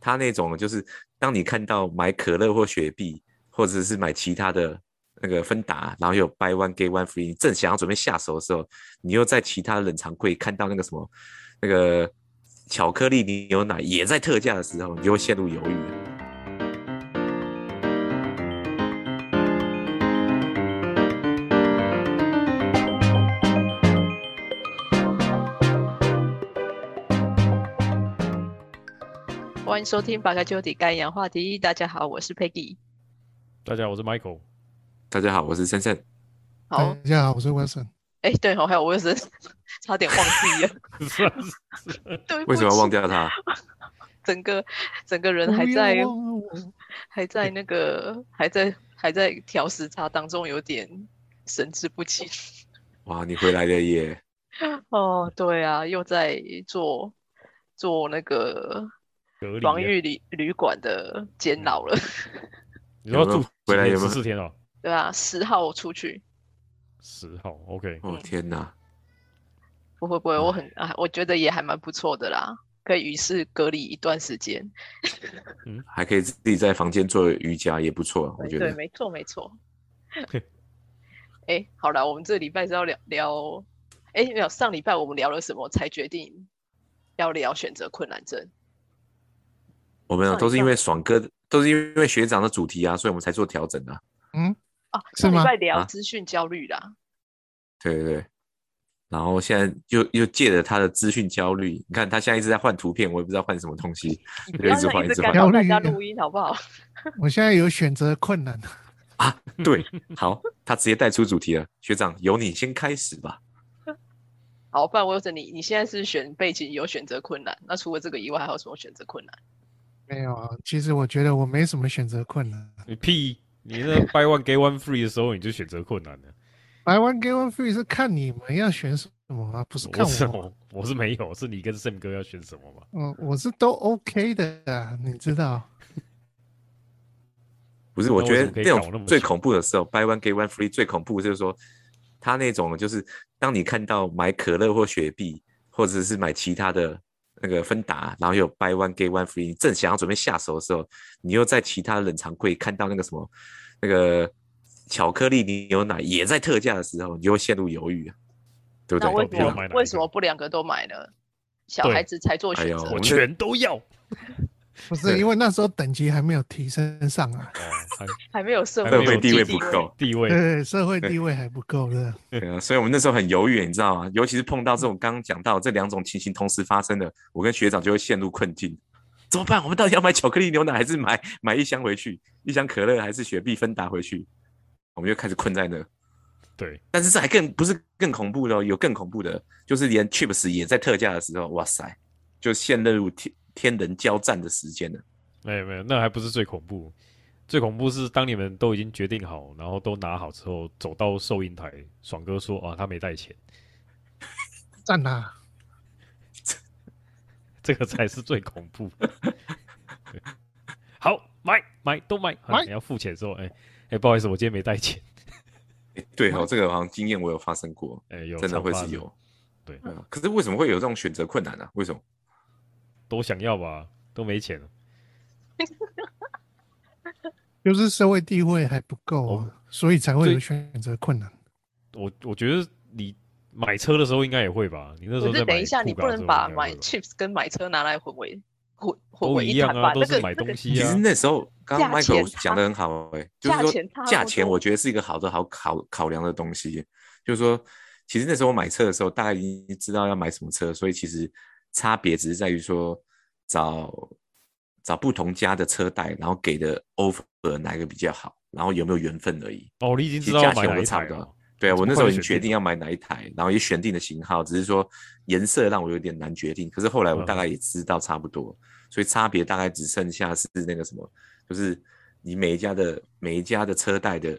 他那种就是当你看到买可乐或雪碧，或者是买其他的那个芬达，然后有 buy one get one free，你正想要准备下手的时候，你又在其他冷藏柜看到那个什么那个巧克力牛奶也在特价的时候，你就会陷入犹豫。欢迎收听《八嘎九底干养话题》，大家好，我是 Peggy。大家好，我是 Michael。大家好，我是森森。好，大家好，我是 Wilson。哎，对哦，还有我也是 差点忘 记了，对不起，为什么要忘掉他？整个整个人还不要在哦忘了我还在那个还在还在调时差当中，有点神志不清。 哇，你回来了耶！哦，对啊，又在做做那个隔离啊防，御旅旅馆的监牢了，嗯你说要有住没有回来有没十有四天哦？对啊，十号出去，十号，OK，嗯哦天哪，不会不会，我很啊，我觉得也还蛮不错的啦，可以与世隔离一段时间。还可以自己在房间做瑜伽也不错，我对觉对，得。没错没错。 哎，好了，我们这礼拜是要聊聊，哎，没有，上礼拜我们聊了什么才决定要聊选择困难症？我们啊上一都是因为爽哥，都是因为学长的主题啊，所以我们才做调整啊。嗯 啊，是上礼吗拜聊啊资讯焦虑啦，对对对，然后现在又又借着他的资讯焦虑，你看他现在一直在换图片，我也不知道换什么东西，你不对一要直这样换一一直直干换扰大家焦虑录音好不好？我现在有选择困难，啊。对，好，他直接带出主题了，学长由你先开始吧。好，不然我有你，你现在是选背景有选择困难，那除了这个以外还有什么选择困难？没有啊。其实我觉得我没什么选择困难。你屁，你那 buy one get one free 的时候你就选择困难了。台湾 Game One Free 是看你们要选什么啊，不是看我是我。我我是没有，是你跟 Sam 哥要选什么嘛？嗯，我是都 OK 的啊，你知道。不是，我那为觉得什么可以那搞那种么最久恐怖的时候，buy one get one free 最恐怖就是说，他那种就是当你看到买可乐或雪碧，或者是买其他的那个芬达，然后有 buy one get one free，你正想要准备下手的时候，你又在其他冷藏柜看到那个什么那个巧克力牛奶也在特价的时候，你就会陷入犹豫啊，对不那对？为到底什要么买哪一为个什么不两个都买呢？小对孩子才做哎选呦择我我嘛，全都要。不对是因为那时候等级还没有提升上啊，哦，还还没有社还社没会有地位地不够，地位对，社会地位还不够的。对啊，所以我们那时候很犹豫，你知道吗？尤其是碰到这种刚刚讲到这两种情形同时发生的，我跟学长就会陷入困境。怎么办？我们到底要买巧克力牛奶，还是买买一箱回去，一箱可乐，还是雪碧芬达回去？我们就开始困在那。对，但是这还更不是更恐怖的、哦，有更恐怖的，就是连 chips 也在特价的时候，哇塞，就陷入天天人交战的时间了。没有没有，那还不是最恐怖。最恐怖是当你们都已经决定好，然后都拿好之后，走到收银台，爽哥说啊，他没带钱，赞啊啦！这个才是最恐怖。对好，买买都买，啊买你要付钱之后，哎哎，不好意思，我今天没带钱。诶对哦，这个好像经验我有发生过，哎，有真的会常发是生有。对啊，可是为什么会有这种选择困难啊呢、为什么？都想要吧，都没钱了。就是社会地位还不够哦啊，所以才会有选择困难。我我觉得你买车的时候应该也会吧，你那时候可在是买等一下，酷你咖不的时能候把应该买会吧 chips 跟买车拿来混为混混都为一谈样啊，吧？都那是个买那东个西其啊实。那时候刚刚价钱 Michael 讲的很好、欸，就是价说钱差那么价钱，多我觉得是一个好的好考考量的东西。就是说，其实那时候我买车的时候，大概已经知道要买什么车，所以其实差别只是在于说找找不同家的车贷，然后给的 offer 哪一个比较好，然后有没有缘分而已。哦，你已经其知实道价要买钱我哪都一差台不了多。。对啊，这么我那时快候就已经选决定定要买哪一台，然后也选定了型号，只是说颜色让我有点难决定。可是后来我嗯大概也知道差不多，所以差别大概只剩下是那个什么，就是你每一家的每一家的车贷的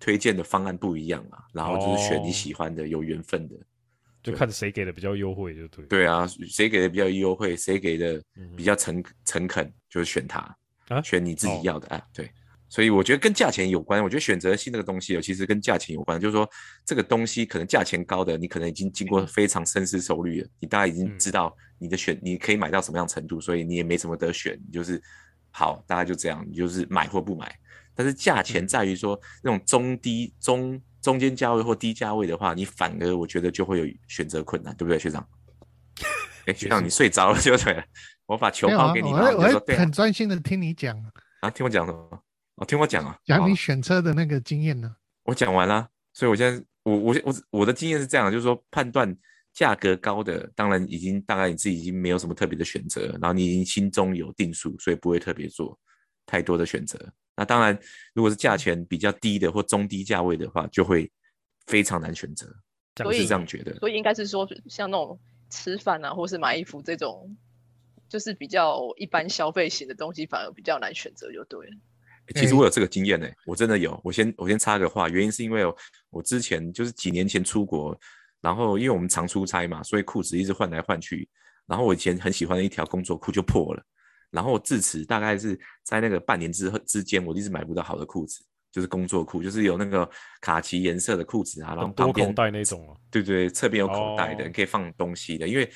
推荐的方案不一样啊，然后就是选你哦喜欢的、有缘分的。就看谁给的比较优惠，就对。对啊，谁给的比较优惠，谁给的嗯哼比较诚诚恳，就是选它，啊选你自己哦要的啊。对，所以我觉得跟价钱有关。我觉得选择性这个东西，其实跟价钱有关，就是说这个东西可能价钱高的，你可能已经经嗯过非常深思熟虑了，你大概已经知道你的选你可以买到什么样程度，所以你也没什么得选，你就是好，大家就这样，你就是买或不买。但是价嗯钱在于说那种中低中中间价位或低价位的话，你反而我觉得就会有选择困难，对不对， 学长？哎，学长你睡着了就对了，我把球没有抛啊，给你，我然后会你我就说会对啊很专心的听你讲，啊，听我讲什么？哦，听我讲啊，好讲啊你选车的那个经验呢。我讲完了，所以我现在我我我我的经验是这样啊的，就是说判断价格高的，当然已经大概你自己已经没有什么特别的选择，然后你已经心中有定数，所以不会特别做太多的选择。那当然，如果是价钱比较低的或中低价位的话，就会非常难选择。这我样是所以这样觉得，所以应该是说，像那种吃饭啊，或是买衣服这种，就是比较一般消费型的东西，反而比较难选择，就对了。欸其嗯实我有这个经验呢、我真的有。我先我先插个话，原因是因为我之前就是几年前出国，然后因为我们常出差嘛，所以裤子一直换来换去。然后我以前很喜欢的一条工作裤就破了，然后自此大概是在那个半年之后之间，我一直买不到好的裤子，就是工作裤，就是有那个卡其颜色的裤子啊，然后很多旁边口袋那种啊，对对，侧边有口袋的，哦你可以放东西的。因为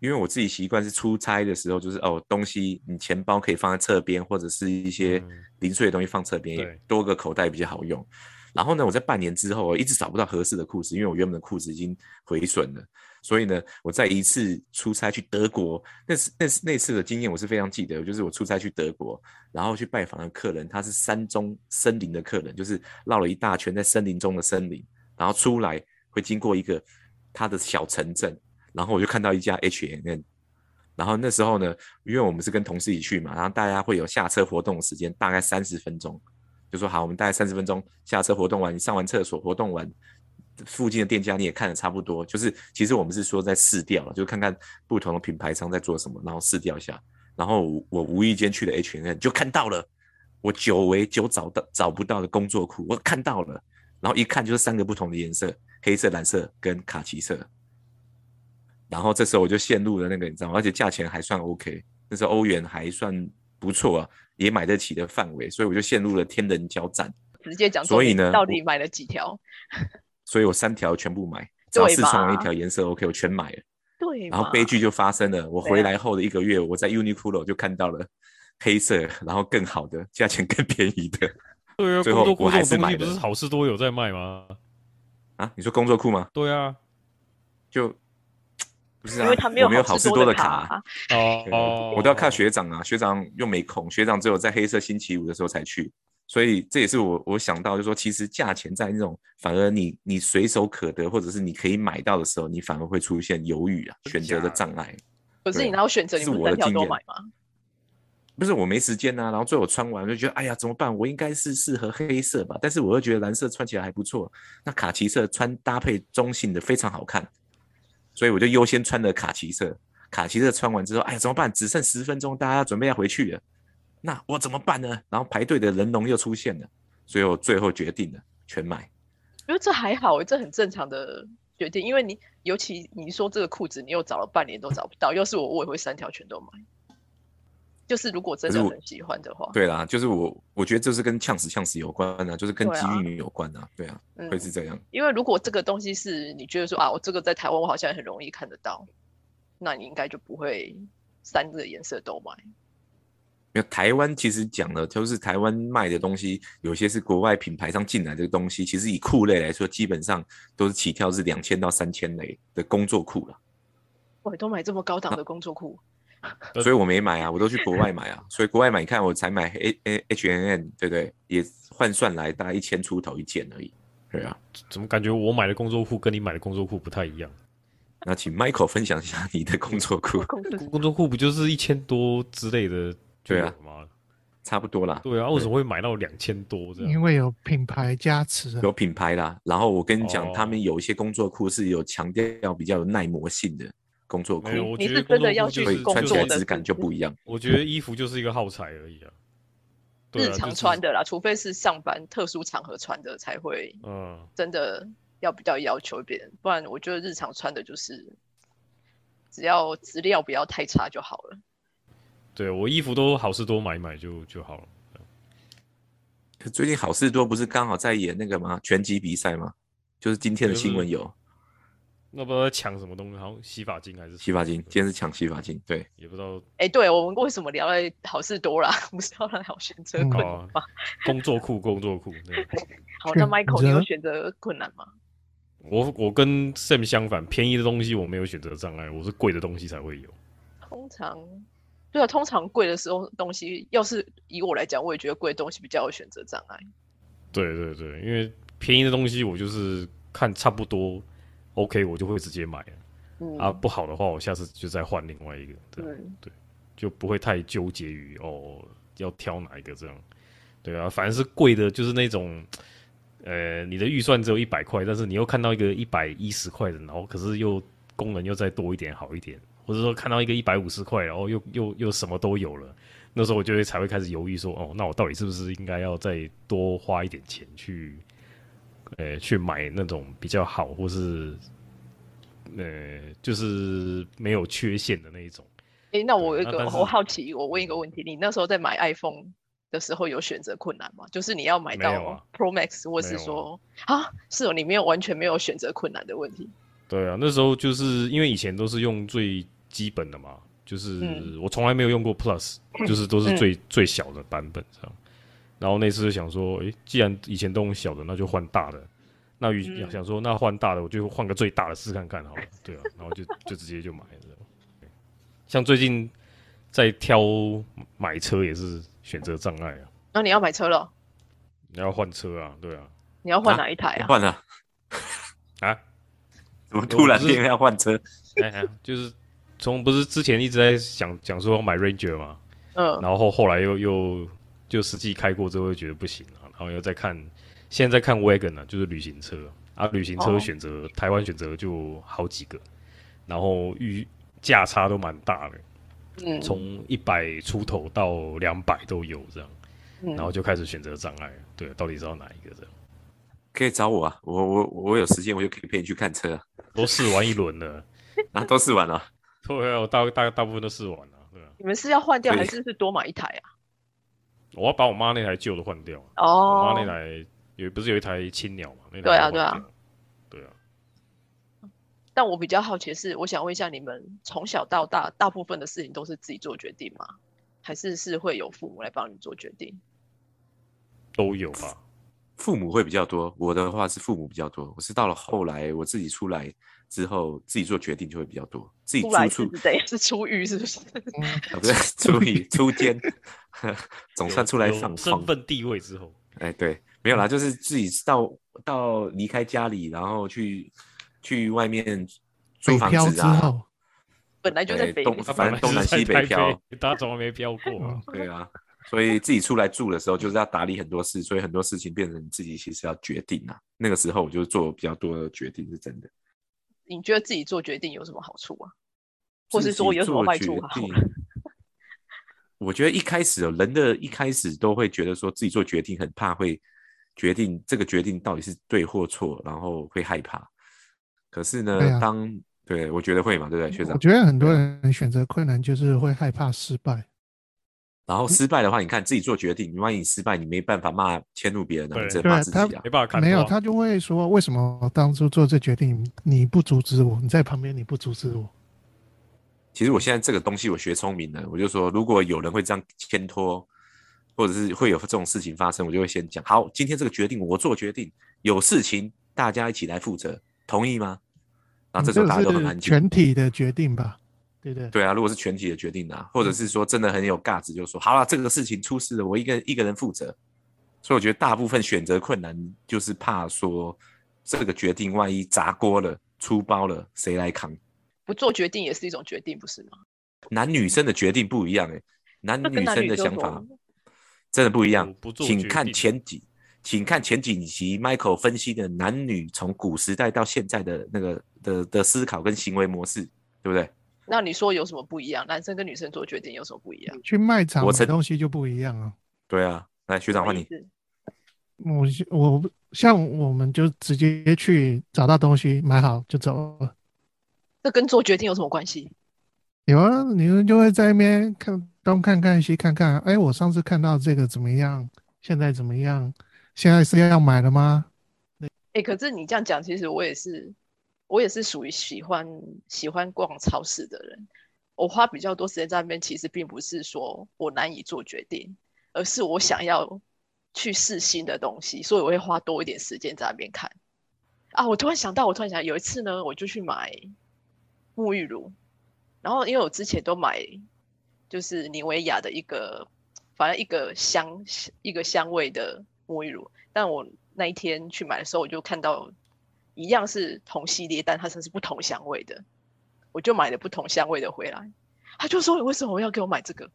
因为我自己习惯是出差的时候，就是哦，东西你钱包可以放在侧边，或者是一些嗯零碎的东西放侧边，对多个口袋比较好用。然后呢，我在半年之后，哦我一直找不到合适的裤子，因为我原本的裤子已经毁损了。所以呢，我在一次出差去德国，那次那次那次的经验我是非常记得，就是我出差去德国，然后去拜访的客人，他是山中森林的客人，就是绕了一大圈在森林中的森林，然后出来会经过一个他的小城镇，然后我就看到一家 H&M，然后那时候呢，因为我们是跟同事一起去嘛，然后大家会有下车活动的时间，大概三十分钟，就说好，我们大概三十分钟下车活动完，你上完厕所活动完，附近的店家你也看的差不多，就是其实我们是说在试调了，就看看不同的品牌商在做什么，然后试调一下。然后我我无意间去了 H&M 就看到了我久违久找到找不到的工作裤，我看到了，然后一看就是三个不同的颜色，黑色、蓝色跟卡其色。然后这时候我就陷入了那个，你知道吗？而且价钱还算 OK，那时候欧元还算不错啊，也买得起的范围，所以我就陷入了天人交战。直接讲重所以点，呢到我底买了几条？所以我三条全部买，只要对试穿完一吧条颜色 OK，我全买了。对嘛，然后悲剧就发生了，我对回啊来后的一个月，我在 Uniqlo 就看到了黑色，然后更好的，价钱更便宜的对啊，最工后作裤我还这是种东买西了不是好事多有在卖吗？啊？你说工作裤吗？对啊，就不是啊，因为他没有有没有好好事多的卡啊。啊，哦 对哦，我都要看学长啊，学长又没空，学长只有在黑色星期五的时候才去，所以这也是我我想到，就是说其实价钱在那种反而你你随手可得，或者是你可以买到的时候，你反而会出现犹豫啊，选择的障碍。可是你对啊哪有选择？你是不是我的三条经都验买吗？不是我没时间呐、啊然后最后穿完就觉得，哎呀，怎么办？我应该是适合黑色吧，但是我又觉得蓝色穿起来还不错，那卡其色穿搭配中性的非常好看，所以我就优先穿了卡其色。卡其色穿完之后，哎呀，怎么办？只剩十分钟，大家准备要回去了，那我怎么办呢？然后排队的人龙又出现了，所以我最后决定了全买。因为这还好欸，这很正常的决定。因为你尤其你说这个裤子，你又找了半年都找不到，要是我，我也会三条全都买。就是如果真可是的我很喜欢的话，对啦，就是我，我觉得这是跟呛死呛死有关啊，就是跟对机啊遇有关啊，对啊，嗯会，是这样。因为如果这个东西是你觉得说啊，我这个在台湾我好像很容易看得到，那你应该就不会三个颜色都买。因为台湾其实讲了，就是台湾卖的东西，有些是国外品牌上进来的东西。其实以裤类来说，基本上都是起跳是两千到三千类的工作裤了。我都买这么高档的工作裤，呃所以我没买啊，我都去国外买啊。所以国外买，你看我才买 H H N N，对不对？也换算来大概一千出头一件而已。对啊，怎么感觉我买的工作裤跟你买的工作裤不太一样？那请 Michael 分享一下你的工作裤，工作工作裤不就是一千多之类的就对有啊吗？差不多啦，对啊，为什么会买到两千多这因样？为有品牌加持啊啊，有品牌啦。然后我跟你讲，哦他们有一些工作裤是有强调比较有耐磨性的工作裤，没有我你觉是得真工的作要裤所去就是以工穿起作来的质感就不一样。我觉得衣服就是一个耗材而已啊。对啊日常穿，的啦，除非是上班特殊场合穿的才会就是嗯，真的要比较要求别人，不然我觉得日常穿的就是只要资料不要太差就好了。对我衣服都好事多买一买就就好了。可最近好事多不是刚好在演那个吗？拳击比赛吗？就是今天的新闻嗯有那不知道在抢什么东西，好像洗发精还是什么洗发精，今天是抢洗发精，对，也不知道哎、对我们为什么聊了好事多啦？不是要让好选择嗯困哦难吗？啊工作裤，工作裤。对好，那选 Michael 你有择选择困难吗？我我跟 Sam 相反，便宜的东西我没有选择障碍，我是贵的东西才会有。通常，对啊，通常贵的时候东西，要是以我来讲，我也觉得贵的东西比较有选择障碍。对对对，因为便宜的东西我就是看差不多 OK，我就会直接买了嗯啊。不好的话，我下次就再换另外一个，对对，就不会太纠结于哦要挑哪一个这样。对啊，反正是贵的，就是那种，呃，你的预算只有一百块，但是你又看到一个一百一十块的，然后可是又功能又再多一点好一点，或者说看到一个一百五十块，然后又又又什么都有了，那时候我就会才会开始犹豫说，哦，那我到底是不是应该要再多花一点钱去，呃，去买那种比较好或是，呃，就是没有缺陷的那一种。哎，那我有一那个但我是好奇，我问一个问题，你那时候在买 iPhone 的时候有选择困难吗？就是你要买没到有啊 Pro Max，或没是有啊说啊，是哦，你没有完全没有选择困难的问题。对啊，那时候就是因为以前都是用最基本的嘛，就是嗯我从来没有用过 Plus，就是都是嗯最、最小的版本这样。然后那次就想说，诶，既然以前都用小的，那就换大的。那与、嗯想说，那换大的，我就换个最大的试看看好了。对啊，然后就就直接就买了这样。对像最近在挑买车也是选择障碍啊，那你要买车了，你要换车啊，对啊，你要换啊哪一台哎啊？换了，啊，怎么突然不是变要换车？哎哎，就是从不是之前一直在想讲说要买 Ranger 嘛，嗯，然后后来又又就实际开过之后又觉得不行啊，然后又再看，现在在看 wagon 啊，就是旅行车啊，旅行车哦选择、台湾选择就好几个，然后预价差都蛮大的，嗯，从一百出头到两百都有这样，嗯然后就开始选择障碍了，对，到底是要哪一个这样？可以找我啊，我我我有时间我就可以陪你去看车啊，都试完一轮了，啊，都试完了，对啊，我大大大部分都试完了，对啊，你们是要换掉对还是是多买一台啊？我要把我妈那台旧的换掉啊。我妈那哦，台有不是有一台青鸟嘛？那台对啊就换对啊掉了，对啊，但我比较好奇的是，我想问一下，你们从小到大，大部分的事情都是自己做决定吗？还是是会有父母来帮你做决定？都有吧。父母会比较多，我的话是父母比较多，我是到了后来我自己出来之后，自己做决定就会比较多，自己出住来是处不是得是出狱是不是？ 嗯啊， 不是出以出监， 总有算出来有放身放。份地位之后，哎，对，没有啦，就是自己到到离开家里，然后去去外面租北房漂子之啊，后，本来就在哎北动平他反正本来东南是在西北台北漂，他从来没飘过嗯啊。对啊，所以自己出来住的时候就是要打理很多事，所以很多事情变成自己其实要决定啊。那个时候我就做比较多的决定，是真的。你觉得自己做决定有什么好处啊？或自是己说有什么做坏决处啊？定我觉得一开始哦，人的一开始都会觉得说自己做决定很怕会决定这个决定到底是对或错，然后会害怕。可是呢，对啊当对我觉得会嘛，对不对，啊学我长？觉得很多人选择困难就是会害怕失败，然后失败的话，你看自己做决定，万一你失败，你没办法骂迁怒别人啊，对你只能骂对自他己啊没。办法看破啊，没有他就会说为什么当初做这决定你不阻止我，你在旁边你不阻止我，其实我现在这个东西我学聪明了，我就说，如果有人会这样牵拖，或者是会有这种事情发生，我就会先讲，好，今天这个决定我做决定，有事情大家一起来负责，同意吗？然后啊这时候大家都很安静。嗯是全体的决定吧，对不对？对啊，如果是全体的决定啊，或者是说真的很有价值，就说好了，这个事情出事了，我一个一个人负责。所以我觉得大部分选择困难就是怕说这个决定万一砸锅了、出包了，谁来扛？不做决定也是一种决定，不是吗？男女生的决定不一样诶、欸男那跟女男生女啊的生想有什法么真的不一样嗯不。不做决请定看前几，请看前几集 Michael 分析的男女从古时代到现在的那个的的思考跟行为模式，对不对？那你说有什么不一样？男生跟女生做决定有什么不一样？去卖场我买曾东西就不一样啊。对啊，来学长什换么意你，思我我不像我们就直接去找到东西买好就走了。这跟做决定有什么关系？有啊，你们就会在那边看东看看西看看，哎，我上次看到这个怎么样？现在怎么样？现在是要买了吗？哎、可是你这样讲，其实我也是，我也是属于喜欢喜欢逛超市的人。我花比较多时间在那边，其实并不是说我难以做决定，而是我想要去试新的东西，所以我会花多一点时间在那边看。啊，我突然想到，我突然想到有一次呢，我就去买沐浴乳，然后因为我之前都买就是妮维雅的一个，反正一个香一个香味的沐浴乳，但我那一天去买的时候，我就看到一样是同系列，但它是是不同香味的，我就买了不同香味的回来。他就说：“你为什么要给我买这个？”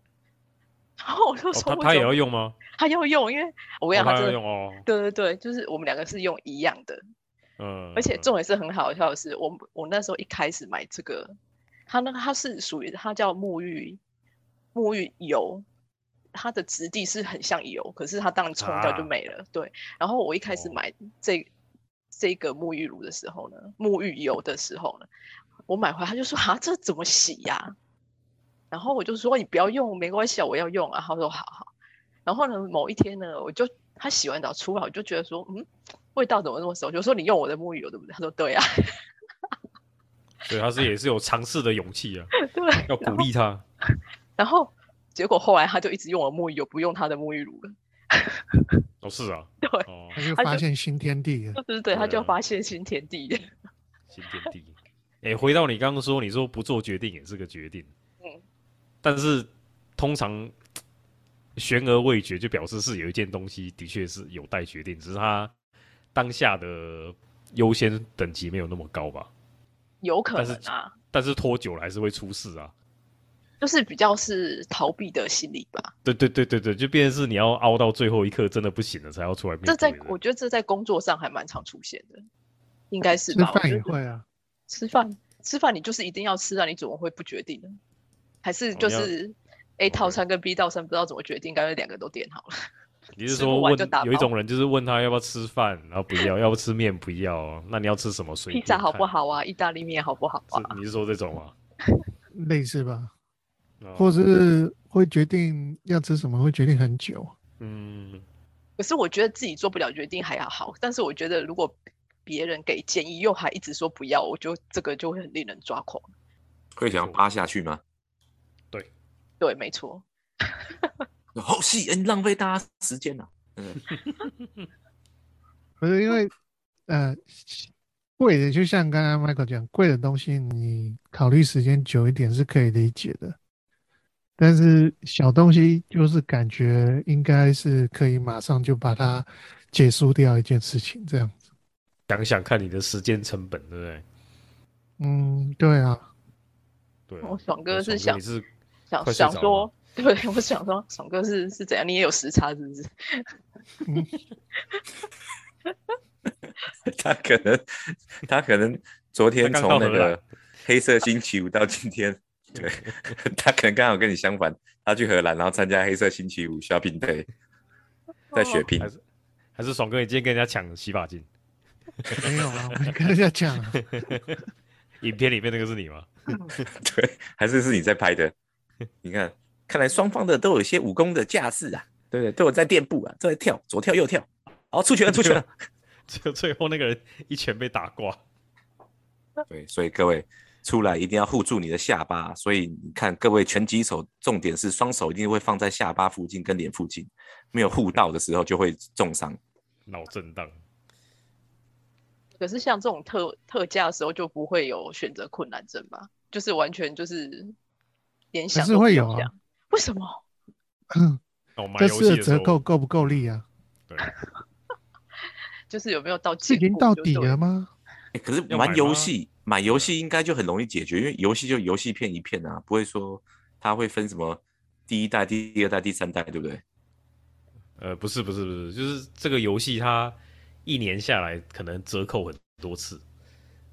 然后我就哦说：“他为他什也么要用吗？他要用，因为我跟你讲，哦他他真要的用哦，对对对，就是我们两个是用一样的，嗯，而且嗯重点是很好笑的是，我们我那时候一开始买这个，它那个它是属于它叫沐浴沐浴油，它的质地是很像油，可是它当然冲掉就啊没了。对，然后我一开始哦买这、这个沐浴乳的时候呢，沐浴油的时候呢，我买回来他就说啊，这怎么洗呀、然后我就说你不要用，没关系啊，我要用啊。他说好好。然后呢，某一天呢，我就他洗完澡出来，我就觉得说，嗯，味道怎么那么熟？就说你用我的沐浴油对不对？他说对啊， 所以他是也是有尝试的勇气啊， 对。要鼓励他。然后结果后来他就一直用我沐浴油，不用他的沐浴乳了。哦，是啊，对哦，他就他发就现新天地了。对对对，他就对啊发现新天地。新天地。哎、回到你刚刚说，你说不做决定也是个决定，嗯，但是通常悬而未决，就表示是有一件东西的确是有待决定，只是它当下的优先等级没有那么高吧。有可但是能啊，但是拖久了还是会出事啊。就是比较是逃避的心理吧。对对对对对，就变成是你要熬到最后一刻，真的不行了才要出来面对这的。在我觉得这在工作上还蛮常出现的，应该是吃吧？我饭觉也得会啊，吃饭，吃饭你就是一定要吃啊，你怎么会不决定呢？还是哦就你要哦是 A 套餐跟 B 套餐不知道怎么决定，干脆两个都点好了。你是吃不说完问就打包有一种人就是问他要不要吃饭，然后不要，要不吃面不要啊，那你要吃什么？随披便萨好看不？好啊？意大利面好不好啊？是你是说这种吗？类似吧，啊或者是会决定要吃什么，会决定很久。嗯，可是我觉得自己做不了决定还好，但是我觉得如果别人给建议又还一直说不要，我就这个就会很令人抓狂。会想要错扒下去吗？对，没错，好戏，嗯，浪费大家时间 啊。嗯，不是因为，呃，贵的就像刚刚 Michael 讲，贵的东西你考虑时间久一点是可以理解的，但是小东西就是感觉应该是可以马上就把它结束掉一件事情这样子。想想看你的时间成本，对不对？嗯，对啊，对啊。我爽哥我是想想你是想快睡想着了说，对 我想说，爽哥是是怎样？你也有时差是不是？他可能他可能昨天他刚从到那荷兰个黑色星期五到今天，对 他可能刚好跟你相反，他去荷兰，然后参加黑色星期五 shopping day，在哦血拼还。是还是爽哥，你今天跟人家抢洗发精，没有啊，我跟人家 讲啊，影片里面那个是你吗？ 对，还是是你在拍的？你看，看来双方的都有一些武功的架势啊，对不对？都有在垫步啊，都在跳，左跳右跳，好出拳了，出拳了。就最后那个人一拳被打挂， 对，所以各位出来一定要护住你的下巴。所以你看，各位拳击手重点是双手一定会放在下巴附近跟脸附近，没有护到的时候就会重伤。脑震荡。可是像这种特特价的时候，就不会有选择困难症吧？就是完全就是连想是都不会用有啊想为什么？那哦我买嗯这游戏次的时折候，扣够不够力啊？对，就是有没有到是已进经步到就底啊对了吗？诶哎可是要玩买游吗戏，买游戏应该就很容易解决，因为游戏就游戏片一片啊，不会说它会分什么第一代、第二代、第三代，对不对？呃，不是不是不是，就是这个游戏它一年下来可能折扣很多次，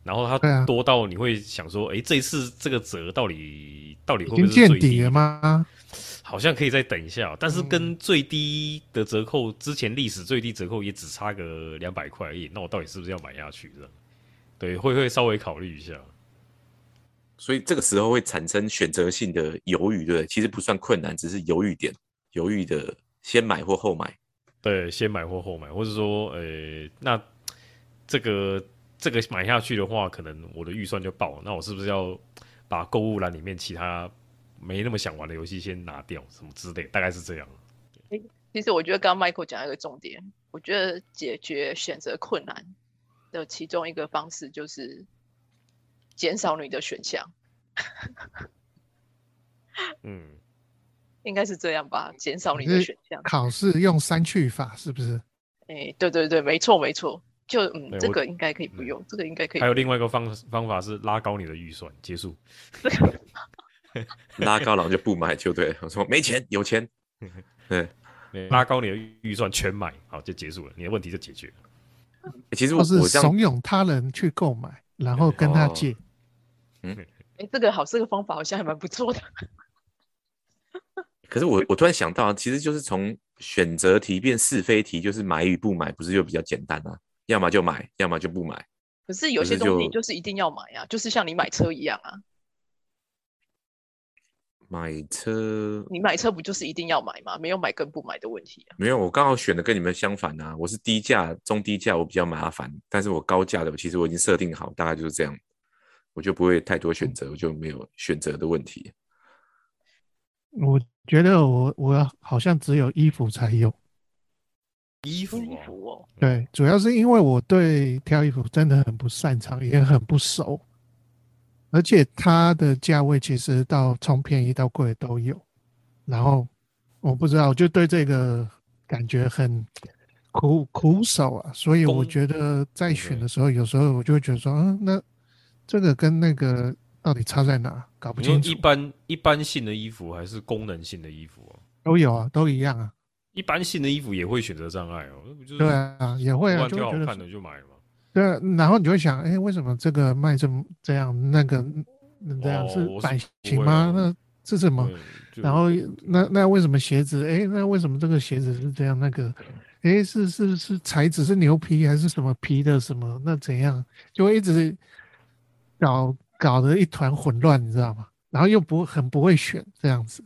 然后对啊它多到你会想说，哎、这一次这个折到底到底会已不经会是见最低底了嗯的？吗？好像可以再等一下哦、但是跟最低的折扣、之前历史最低折扣也只差个两百块而已，那我到底是不是要买下去？这样，对，会会稍微考虑一下。所以这个时候会产生选择性的犹豫，对不对？其实不算困难，只是犹豫点，犹豫的先买或后买。对，先买或后买，或者说，呃，那这个这个买下去的话，可能我的预算就爆了，那我是不是要把购物栏里面其他没那么想玩的游戏先拿掉，什么之类，大概是这样。其实我觉得刚刚 Michael 讲到一个重点，我觉得解决选择困难的其中一个方式就是减少你的选项，嗯，应该是这样吧？减少你可的是选项。考试用删去法是不是？哎，对对对，没错没错，就嗯对，这我个应该可以不嗯用，这个应该可以还。有另外一个方方法是拉高你的预算，结束。拉高然后就不买就对了。 我说没钱，有钱，对。对拉高你的预算全买，好就结束了，你的问题就解决了。欸其实我哦或是我这样怂恿他人去购买，然后跟他哦借。哎，这个好，这个方法好像还蛮不错的。可是我我突然想到，啊其实就是从选择题变是非题，就是买与不买，不是就比较简单啊？要么就买，要么就不买。可是有可些是东西就就是一定要买啊，就是像你买车一样啊，买车你买车不就是一定要买吗？没有买跟不买的问题啊。没有，我刚好选的跟你们相反啊。我是低价、中低价，我比较麻烦，但是我高价的，我其实我已经设定好，大概就是这样，我就不会太多选择，我就没有选择的问题。我觉得我我好像只有衣服才有，衣服、衣哦，服哦，对，主要是因为我对挑衣服真的很不擅长，也很不熟，而且它的价位其实到从便宜到贵都有，然后我不知道，我就对这个感觉很苦苦手啊，所以我懂觉得在选 OK 的时候，有时候我就会觉得说，嗯，那这个跟那个到底差在哪，搞不你说清楚一，般一般性的衣服还是功能性的衣服哦？都有啊，都一样啊，一般性的衣服也会选择障碍哦，那不就是对啊，也会啊，万就挑会好觉得看说的就买了嘛。对啊，然后你就会想，哎，为什么这个卖这么这样，那个嗯这样、哦是我是版不型会吗？啊那是什么？对就然后那那为什么鞋子？哎，那为什么这个鞋子是这样？那个，哎，是是是材质是牛皮还是什么皮的什么？那怎样？就会一直搞搞得一团混乱，你知道吗？然后又不很不会选这样子，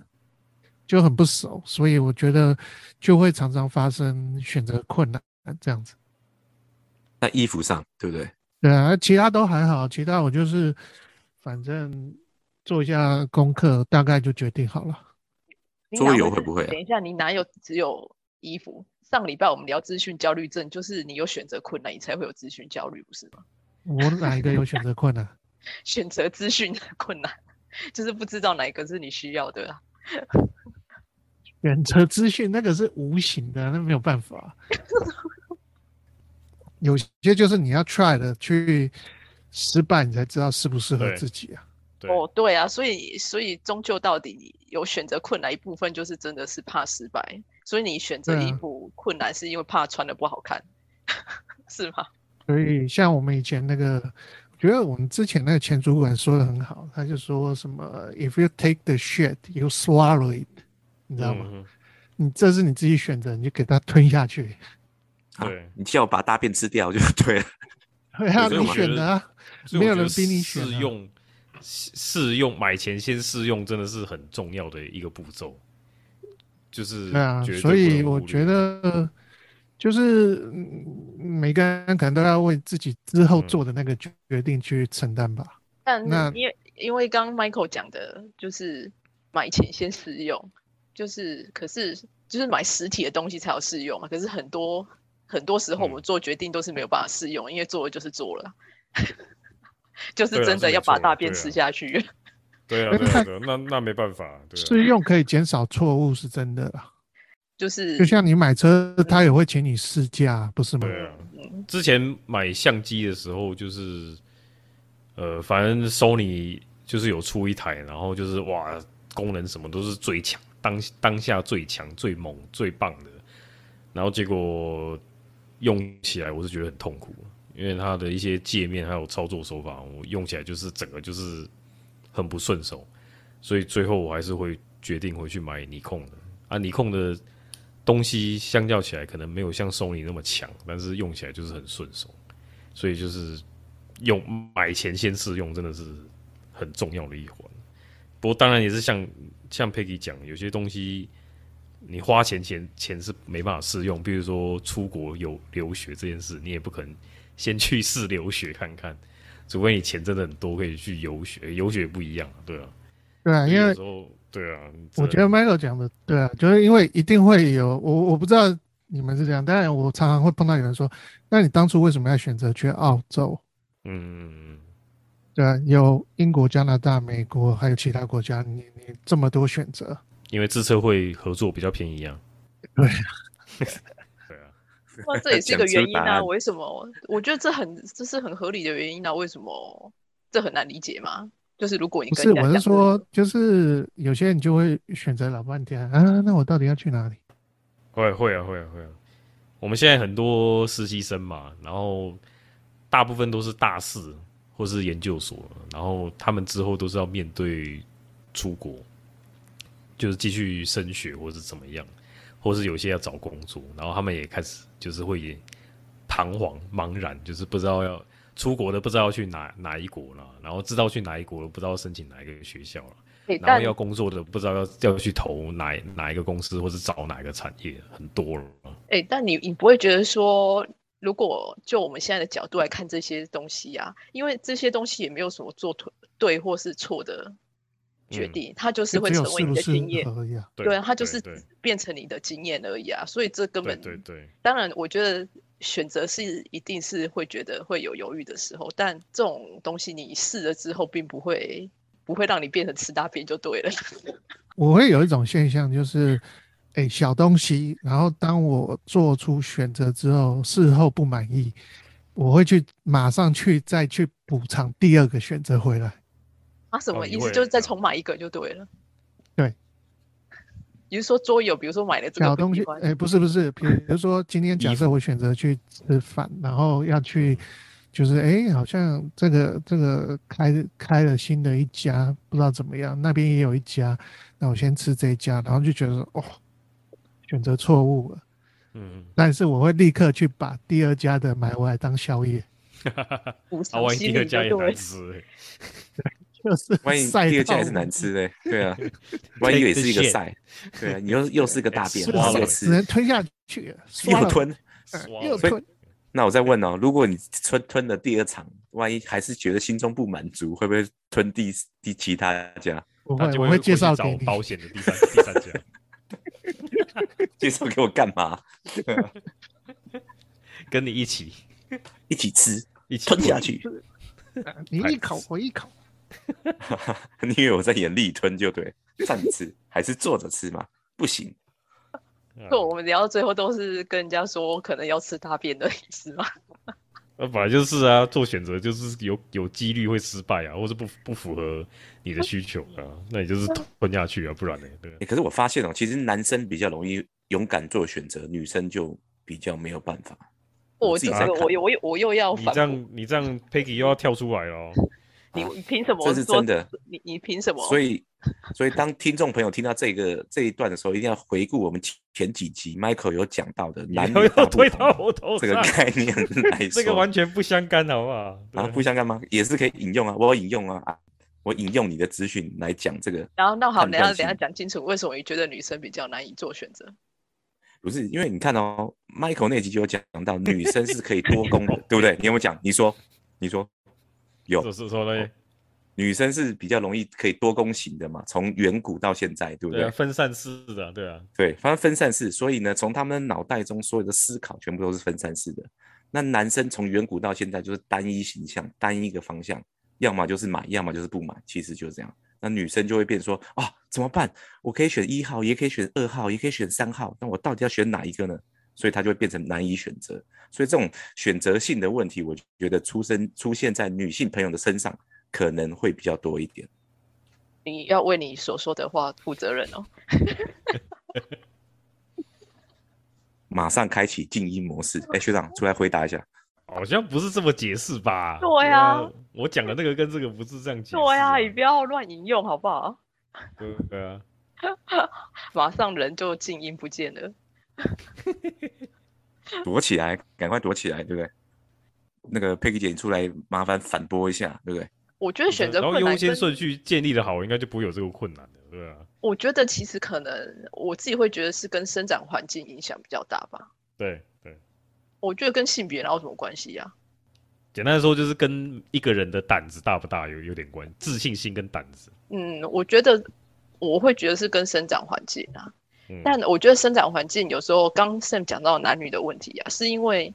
就很不熟，所以我觉得就会常常发生选择困难这样子。在衣服上，对不对？对啊，其他都还好，其他我就是反正做一下功课，大概就决定好了。哦你桌哪游是会不会啊等一下，你哪有只有衣服？上礼拜我们聊资讯焦虑症，就是你有选择困难，你才会有资讯焦虑，不是吗？我哪一个有选择困难？选择资讯的困难，就是不知道哪一个是你需要的啊。选择资讯那个是无形的，那没有办法。有些就是你要 try 的去失败，你才知道适不适合对自己啊。对哦，对啊，所以所以终究到底你有选择困难一部分，就是真的是怕失败，所以你选择对衣嗯啊服困难是因为怕穿的不好看， 是吗？所以像我们以前那个，我觉得我们之前那个前主管说的很好，他就说什么 “If you take the shit, you swallow it”，你知道吗？嗯你这是你自己选择，你就给它吞下去。啊对你叫我把大便吃掉就 对了。对啊，所以你我选觉的得啊，所以没有我觉人得逼你选啊试用试试用买前先试用，真的是很重要的一个步骤，就是对啊绝，所不以能我忽略觉得就是嗯每个人可能都要为自己之后嗯做的那个决定去承担吧。但那因为因为刚刚 Michael 讲的就是买前先试用，就是可是就是买实体的东西才有试用嘛。可是很多很多时候我嗯们做决定都是没有办法试用，因为做了就是做了， 就是对啊真的是要没把错大啊便对吃啊下去。对啊，对啊，对啊那那没办法，对试啊，用可以减少错误是真的啦， 就是就像你买车，他也会请你试驾，不是吗？对啊。嗯，之前买相机的时候，就是呃，反正 Sony 就是有出一台，然后就是哇，功能什么都是最强，当当下最强、最猛、最棒的。然后结果用起来，我是觉得很痛苦，因为它的一些界面还有操作手法，我用起来就是整个就是很不顺手，所以最后我还是会决定回去买尼控的。啊，尼控的东西相较起来，可能没有像 Sony 那么强，但是用起来就是很顺手，所以就是用买前先试用，真的是很重要的一环。不过当然也是像像 Peggy 讲，有些东西你花钱钱钱是没办法适用，比如说出国有留学这件事，你也不可能先去试留学看看，除非你钱真的很多可以去游学，游学不一样，对啊，对啊，因有为时候对啊，这我觉得 Michael 讲的对啊，就是因为一定会有我我不知道你们是这样，当然我常常会碰到有人说，那你当初为什么要选择去澳洲？嗯，对啊，有英国、加拿大、美国，还有其他国家，你你这么多选择，因为自测会合作比较便宜啊，对， 对啊，那这也是一讲个出原因答啊。案为什么？我觉得这很这是很合理的原因啊。为什么这很难理解吗？就是如果你不跟是，人家我是讲这个说，就是有些人就会选择老半天啊，那我到底要去哪里？会会啊会啊会啊，我们现在很多实习生嘛，然后大部分都是大四或是研究所，然后他们之后都是要面对出国，就是继续升学或是怎么样，或是有些要找工作，然后他们也开始就是会彷徨茫然，就是不知道要出国的不知道要去哪哪一国了，然后知道去哪一国了，不知道申请哪一个学校了。哎然后但要工作的不知道要要去投哪哪一个公司，或是找哪一个产业，很多了。哎、但你你不会觉得说，如果就我们现在的角度来看这些东西啊，因为这些东西也没有什么做对对或是错的决嗯定，它就是就会只有成为适你不的适经验，合而已啊。对啊，它就是对变成你的经验而已啊。所以这根对本，对对，当然我觉得选择是一定是会觉得会有犹豫的时候，但这种东西你试了之后，并不会不会让你变成吃大便就对了。我会有一种现象，就是，哎，小东西，然后当我做出选择之后，事后不满意，我会去马上去再去补偿第二个选择回来。啊，什哦么你意思？会就是再嗯重买一个就对了。对。比如说桌游，比如说买了这个小不东喜西，欢哎，不是不是，比如说今天假设我选择去吃饭，然后要去，就是哎，好像这个这个开开了新的一家，不知道怎么样，那边也有一家，那我先吃这一家，然后就觉得说哦，选择错误了，嗯，但是我会立刻去把第二家的买回来当宵夜， 补啊，偿万一心第二理就家也对难了。吃欸，就是万一晒第二到家也是难吃的，对啊，万一 Take 也是一个 the shit 赛，对啊，你又又是一个大便，吃哎就是啊然后完又了只能吃吞下去，刷又了吞。嗯呃刷又了所以吞，那我再问哦，如果你吞吞了第二场，万一还是觉得心中不满足，会不会吞第第其他家？我他会就我会介去绍找给你， 保险的第三第三家，介绍给我干嘛？跟你一起一起吃，一起吞下 去。呃你一口我一口。 你以为我在眼里吞就对，站着吃还是坐着吃嘛？ 不行，啊 就我们聊到最后都是跟人家说可能要吃大便的意思 嘛。那本来就是啊，做选择就是有有几率会失败啊，或是不不符合你的需求啊，那你就是吞下去啊，不然呢？对啊欸可是我发现哦，其实男生比较容易勇敢做选择，女生就比较没有办法。我自己这在个看我又我又我又要你反这驳样你这样 Peggy 又要跳出来了哦，你，你凭什么这说？是真的你你凭什么？所以，所以当听众朋友听到这个这一段的时候，一定要回顾我们前几集 Michael 有讲到的你男又女要大不推到同我头这个上，概念来说， 这个完全不相干，好不好？对啊，不相干吗？也是可以引用啊，我有引用啊，啊我引用你的资讯来讲这个，然后那好，判等一下断等一下性讲清楚为什么你觉得女生比较难以做选择。不是因为你看哦，Michael 那集就有讲到女生是可以多功的，对不对？你有没有讲？你说，你说有是是说哦呢，女生是比较容易可以多功型的嘛，从远古到现在，对不对对？啊，分散式的，对啊，对，反正分散式，所以呢，从他们脑袋中所有的思考全部都是分散式的。那男生从远古到现在就是单一形象、单一一个方向，要么就是买，要么就是不买，其实就是这样。那女生就会变说啊，怎么办？我可以选一号，也可以选二号，也可以选三号，那我到底要选哪一个呢？所以她就会变成难以选择。所以这种选择性的问题，我觉得出生出现在女性朋友的身上可能会比较多一点。你要为你所说的话负责任哦。马上开启静音模式，哎，学长出来回答一下。好像不是这么解释吧？对啊啊，我讲的那个跟这个不是这样解释、对啊，啊，你不要乱引用好不好？对对啊，马上人就静音不见了。躲起来，赶快躲起来，对不对？那个佩奇姐，你出来麻烦反驳一下，对不对？我觉得选择然后困难跟优先顺序建立的好，应该就不会有这个困难的。对啊，我觉得其实可能我自己会觉得是跟生长环境影响比较大吧。对对，我觉得跟性别哪有什么关系啊呀、简单的说就是跟一个人的胆子大不大有有点关，自信心跟胆子。嗯，我觉得我会觉得是跟生长环境啊。嗯，但我觉得生长环境有时候刚 Sam 讲到男女的问题啊，是因为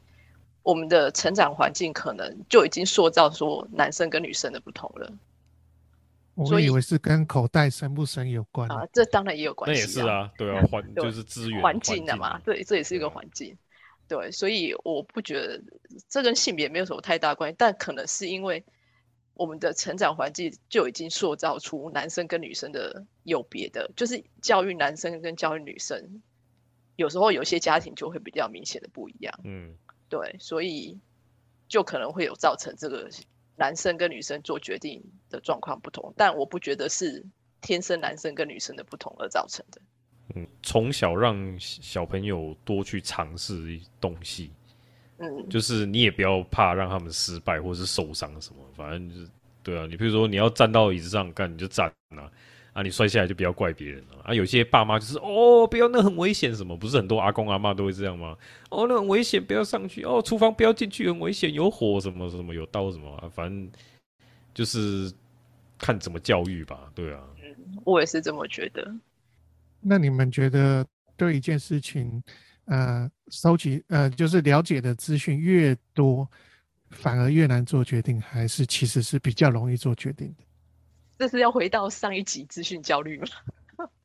我们的成长环境可能就已经塑造说男生跟女生的不同了我所以以为是跟口袋深不深有关啊，这当然也有关嗯那系、嗯也是啊，对啊，环对就是资源环境的嘛，对，这也是一对个啊环境。对，所以我不觉得这跟性别没有什么太大关系，但可能是因为我们的成长环境就已经塑造出男生跟女生的有别的，就是教育男生跟教育女生，有时候有些家庭就会比较明显的不一样。嗯，对，所以就可能会有造成这个男生跟女生做决定的状况不同，但我不觉得是天生男生跟女生的不同而造成的。嗯，从小让小朋友多去尝试东西，嗯，就是你也不要怕让他们失败或是受伤什么，反正就是对啊，你比如说你要站到椅子上干你就站啊，啊你摔下来就不要怪别人啊，啊有些爸妈就是哦不要那很危险什么，不是很多阿公阿妈都会这样吗？哦那很危险不要上去，哦厨房不要进去很危险有火什么什么有刀什么、啊，反正就是看怎么教育吧，对啊，我也是这么觉得。那你们觉得对一件事情，呃，收集呃，就是了解的资讯越多，反而越难做决定，还是其实是比较容易做决定的？这是要回到上一集资讯焦虑吗？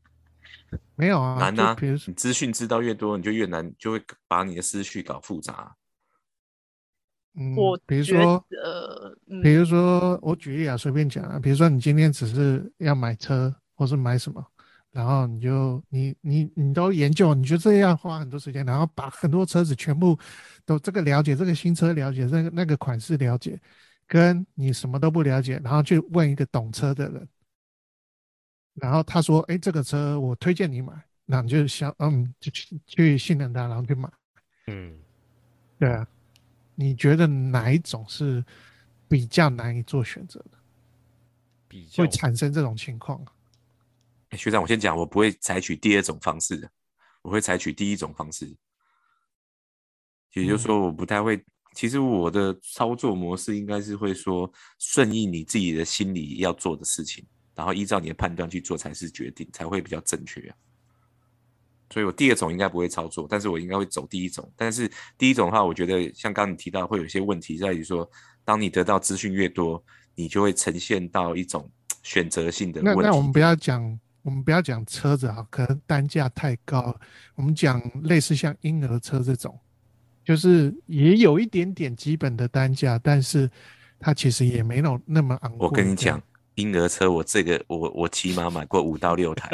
没有啊，难就啊比如说你资讯知道越多，你就越难，就会把你的思绪搞复杂。啊嗯，我比如觉说，得，比嗯，如说我举例啊，随便讲啊，比如说你今天只是要买车或是买什么，然后你就你你你都研究，你就这样花很多时间，然后把很多车子全部都这个了解，这个新车了解，这个那个款式了解，跟你什么都不了解，然后去问一个懂车的人，然后他说，哎，这个车我推荐你买，那你就想，嗯，就去去信任他，然后去买。嗯。对啊，你觉得哪一种是比较难以做选择的？比较会产生这种情况啊？诶学长，我先讲，我不会采取第二种方式，我会采取第一种方式，也就是嗯说，我不太会。其实我的操作模式应该是会说，顺应你自己的心里要做的事情，然后依照你的判断去做才是决定，才会比较正确啊、所以我第二种应该不会操作，但是我应该会走第一种。但是第一种的话，我觉得像刚刚你提到，会有一些问题在于说，当你得到资讯越多，你就会呈现到一种选择性的那问那题我们不要讲，我们不要讲车子啊，可能单价太高了。我们讲类似像婴儿车这种，就是也有一点点基本的单价，但是它其实也没有那么昂贵。我跟你这样讲，，婴儿车我这个我我起码买过五到六 台，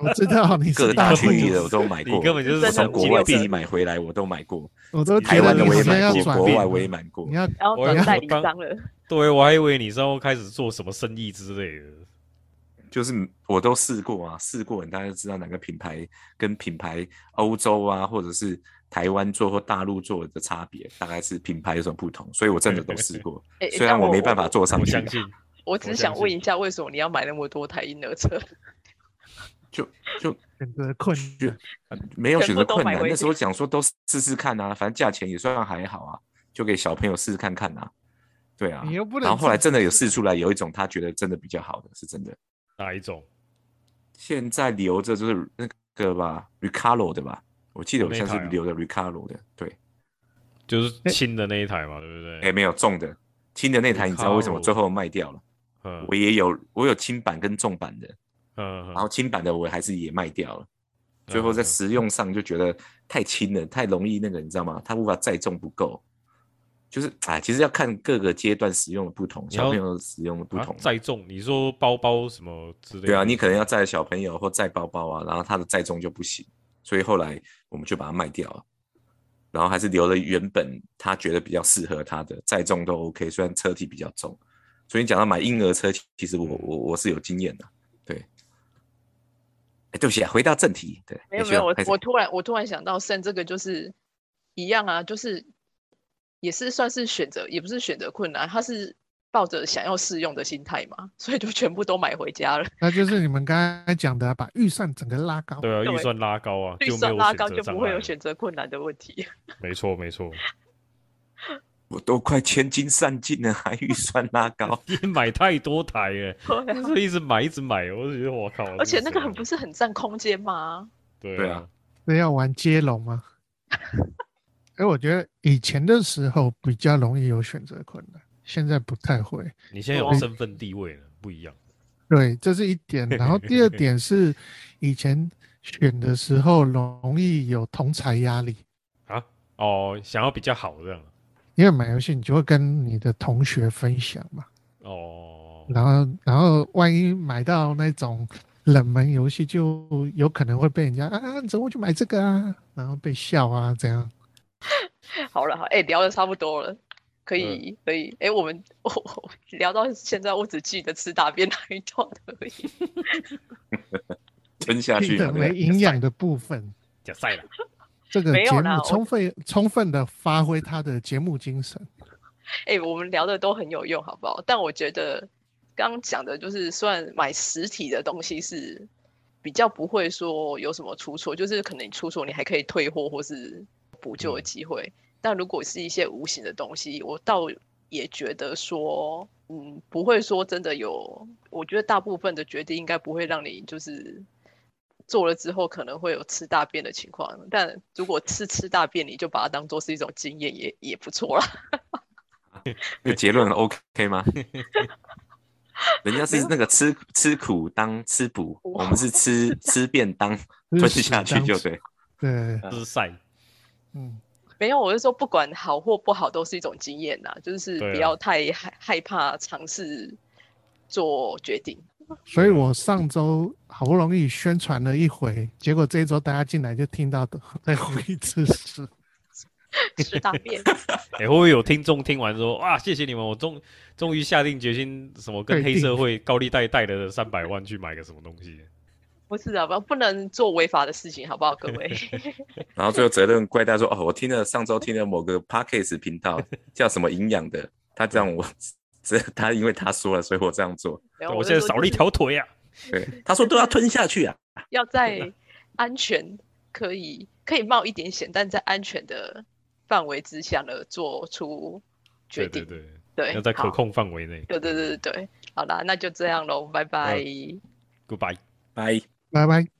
我知道你各是大哪区里域人的我都买你过，根本就是我真的从国外自精己品买回来我都买过，我都觉台得湾的你我也好像买要过，转国变外了我也买过你。要然后我转要代理帮 商了，对，我还以为你是要开始做什么生意之类的。就是我都试过啊，试过，你大家就知道哪个品牌跟品牌欧洲啊，或者是台湾做或大陆做的差别，大概是品牌有什么不同，所以我真的都试过诶，虽然但我没办法做上我去啊，相信，我只我是相想问信一下，为什么你要买那么多台婴儿车？就就选择困就难。没有全选部择都困买难。回那去时候讲说都试试看啊，反正价钱也算还好啊，就给小朋友试试看看啊。对啊，你又不能然后后来自己真的有试试出来，有一种他觉得真的比较好的，是真的。哪一种？现在留着就是那个吧，Recaro 的吧，我记得我那像是台啊留的 Recaro 的，对，就是轻的那一台嘛，对不对？哎，没有重的，轻的那台你知道为什么 Recaro 最后卖掉了？嗯我也有，我有轻版跟重版的，嗯，然后轻版的我还是也卖掉了。最后在嗯实用上就觉得太轻了，太容易那个，你知道吗？它无法载重不够。就是啊，其实要看各个阶段使用的不同，你要小朋友使用的不同啊。载重，你说包包什么之类的？对啊，你可能要载小朋友或载包包啊，然后它的载重就不行，所以后来我们就把它卖掉了，然后还是留了原本他觉得比较适合他的，载重都 OK，虽然车体比较重。所以你讲到买婴儿车，其其实我我我是有经验的，对。哎，对不起啊，回到正题，对，没有哎没有，我学长我突然我突然想到，肾这个就是一样啊，就是也是算是选择，也不是选择困难，它是抱着想要试用的心态嘛，所以就全部都买回家了。那就是你们刚才讲的，啊把预算整个拉高。对啊，对预算拉高啊，预就没算有拉选高择就障不会碍有了选择困难的问题。 没错没错，，我都快千金散尽了，还预算拉 高你买太多台了，对啊就是一直买一直买，我就觉得我靠，而且那个这很谁不是很占空间吗？对对啊啊，那要玩接龙吗？ 哎，我觉得以前的时候比较容易有选择困难，现在不太会。你现在有哦身份地位了，不一样。对，这是一点。然后 第二点是，以前选的时候容易有同才压力，啊，哦，想要比较好这样，因为买游戏你就会跟你的同学分享嘛。哦，然后，然后万一买到那种冷门游戏，就有可能会被人家啊，你怎么会去买这个啊？然后被笑啊，这样。好了，好，哎、聊的差不多了，可以，可以。哎、我们 我我聊到现在，我只记得吃大便那一段而已。吞下 记去嘛得没对营养的部分，假赛了，这个没有节啦目我充分充分的发挥它的节目精神。哎、我们聊的都很有用，好不好？但我觉得刚刚讲的就是，虽然买实体的东西是比较不会说有什么出错，就是可能你出错你还可以退货或是补救的嗯机会。但如果是一些无形的东西，我倒也觉得说，嗯，不会说真的有。我觉得大部分的决定应该不会让你就是做了之后可能会有吃大便的情况。但如果是吃大便，你就把它当做是一种经验，也也不错啦。那结论 OK 吗？人家是那个吃吃苦当吃补，哇我们是吃吃便当吞下去就对。对，就是赛，嗯，没有，我是说，不管好或不好，都是一种经验呐，就是对啊不要太害害怕尝试做决定。所以我上周好不容易宣传了一回，结果这一周大家进来就听到的在回忆吃屎。吃大 便，哎、会不会有听众听完说，哇，谢谢你们，我终终于下定决心，什么跟对黑社会高利贷贷了三百万去买个什么东西？不是啊，不不能做违法的事情，好不好，各 位？然后最后责任怪大家说：“哦，我听了上周听了某个 podcast 频道叫什么营养的，他这样我 这他因为他说了，所以我这样做。然后我现在少了一，条腿啊！对，他说都要吞下去啊。要在安全可以可以冒一点险，但在安全的范围之下呢，做出决对对定。对，对要在可好控范围内。对对嗯对对对，好啦，那就这样喽，拜拜。 Goodbye。拜。 拜拜。